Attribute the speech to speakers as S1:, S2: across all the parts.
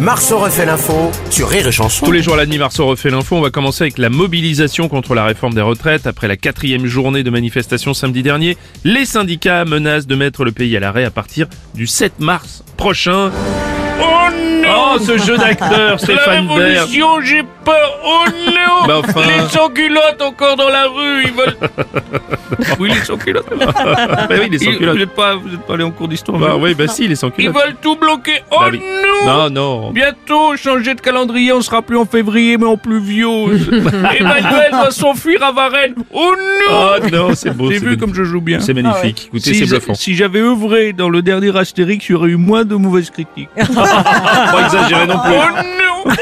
S1: Marceau refait l'info sur Rire et Chanson.
S2: Tous les jours à la nuit, Marceau refait l'info. On va commencer avec la mobilisation contre la réforme des retraites. Après la quatrième journée de manifestation samedi dernier, les syndicats menacent de mettre le pays à l'arrêt à partir du 7 mars prochain.
S3: Oh non
S2: Oh, ce jeu d'acteur,
S3: La
S2: Stéphane Bern
S3: révolution, j'ai peur Oh non
S2: Bah enfin.
S3: Les sans-culottes encore dans la rue, ils veulent... oui, les sans-culottes.
S2: Bah oui, il est sans
S3: Ils- Vous
S2: culotte.
S3: n'êtes pas, vous êtes pas allé en cours d'histoire.
S2: Bah
S3: vous.
S2: oui, bah si, il est sans
S3: Ils
S2: culotte.
S3: veulent tout bloquer Oh
S2: Bah oui. Non,
S3: non
S2: non.
S3: Bientôt, changer de calendrier, on sera plus en février, mais en pluviose. Emmanuel va s'enfuir à Varennes. Oh non
S2: Oh non, c'est beau.
S3: J'ai
S2: c'est
S3: vu
S2: magnifique.
S3: comme je joue bien.
S2: C'est magnifique. Écoutez, c'est
S3: Si,
S2: bluffant.
S3: si j'avais œuvré dans le dernier Astérix, il y aurait eu moins de mauvaises critiques.
S2: Pas exagéré non plus.
S3: oh non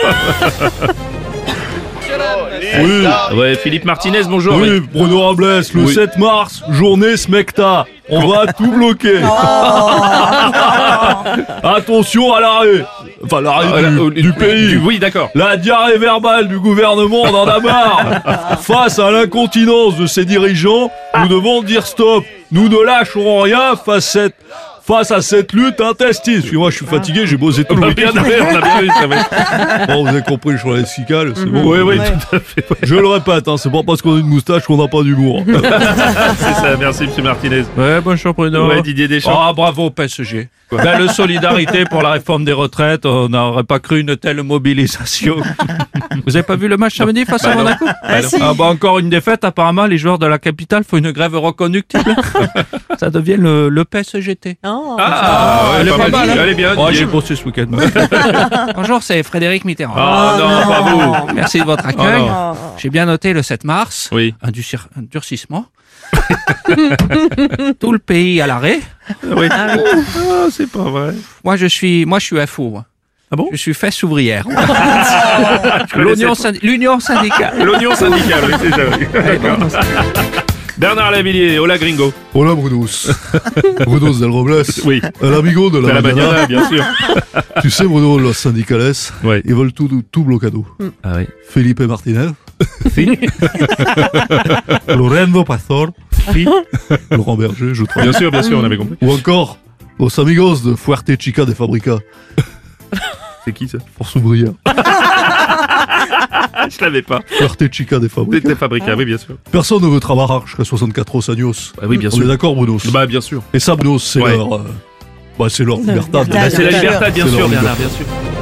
S2: Oui. Ah Ouais, Philippe Martinez, bonjour.
S4: Oui, Bruno Robles, le
S2: Oui.
S4: 7 mars, journée Smecta. On va tout bloquer. Attention à l'arrêt. Enfin, l'arrêt
S2: Voilà,
S4: du,
S2: Ah, au-
S4: du pays.
S2: oui, d'accord.
S4: La diarrhée verbale du gouvernement, on en a marre. Face à l'incontinence de ses dirigeants, nous devons dire stop. Nous ne lâcherons rien face à cette, face à cette lutte intestine. Excusez-moi, je suis fatigué, j'ai bossé tout le
S2: Bah oui,
S4: week-end.
S2: on a bien vu, ça va.
S4: Bon, vous avez compris, je suis un escale, c'est bon. Oui, oui, tout à fait. Je le répète, hein, c'est pas parce qu'on a une moustache qu'on n'a pas d'humour.
S2: C'est ça, merci Monsieur Martinez.
S3: Ouais, bonjour Bruno.
S2: Ouais, Didier Deschamps.
S3: Ah, bravo PSG. Belle Ben, solidarité pour la réforme des retraites. On n'aurait pas cru une telle mobilisation. Vous avez pas vu le match samedi face à Monaco Ah bah encore une défaite. Apparemment, les joueurs de la capitale font une grève reconductible. Ça devient le, le PSGT.
S2: Ah,
S3: elle est pas mal, hein.
S2: Elle est bien.
S3: Oh,
S2: Didier.
S3: j'ai bossé ce week-end.
S5: Bonjour, c'est Frédéric Mitterrand.
S2: Ah non, bravo.
S5: Merci de votre accueil.
S2: Oh
S5: J'ai bien noté le 7 mars,
S2: Oui.
S5: un, durcir- un durcissement. Tout le pays à l'arrêt.
S2: Oui. Ah, c'est pas vrai.
S5: Moi, je suis, moi, je suis FO. moi.
S2: Ah bon
S5: Je suis fesse ouvrière.
S2: Je connais
S5: L'union
S2: cette-
S5: syndi- l'union syndicale.
S2: L'oignon syndical, oui, c'est ça. oui. D'accord. Bernard Lavillier, hola gringo.
S4: Hola Brunos. Brunos del Robles.
S2: Oui,
S4: El amigo de
S2: t'as
S4: la,
S2: la
S4: mañana.
S2: banana, bien sûr.
S4: Tu sais Bruno, los syndicales,
S2: Ouais.
S4: ils veulent tout, tout blocado.
S2: Ah oui.
S4: Felipe Martinez. Lorenzo Pastor. Laurent Berger, je crois.
S2: Bien sûr, bien sûr, on avait compris.
S4: Ou encore, los amigos de Fuerte Chica de Fabrica.
S2: C'est qui ça
S4: Force ouvrière.
S2: Ah, je l'avais pas.
S4: Fuerte Chica de Fabrica.
S2: C'était Fabrica, oui, bien sûr.
S4: Personne ne veut travailler jusqu'à 64 os años.
S2: Ah oui, bien
S4: On est d'accord Brunos
S2: Bah, bien sûr.
S4: Et ça Brunos, c'est
S2: Ouais.
S4: leur... euh, bah, c'est leur liberté.
S2: Bah, c'est la liberté, bien
S4: C'est
S2: sûr,
S4: leur
S2: Bernard, bien sûr.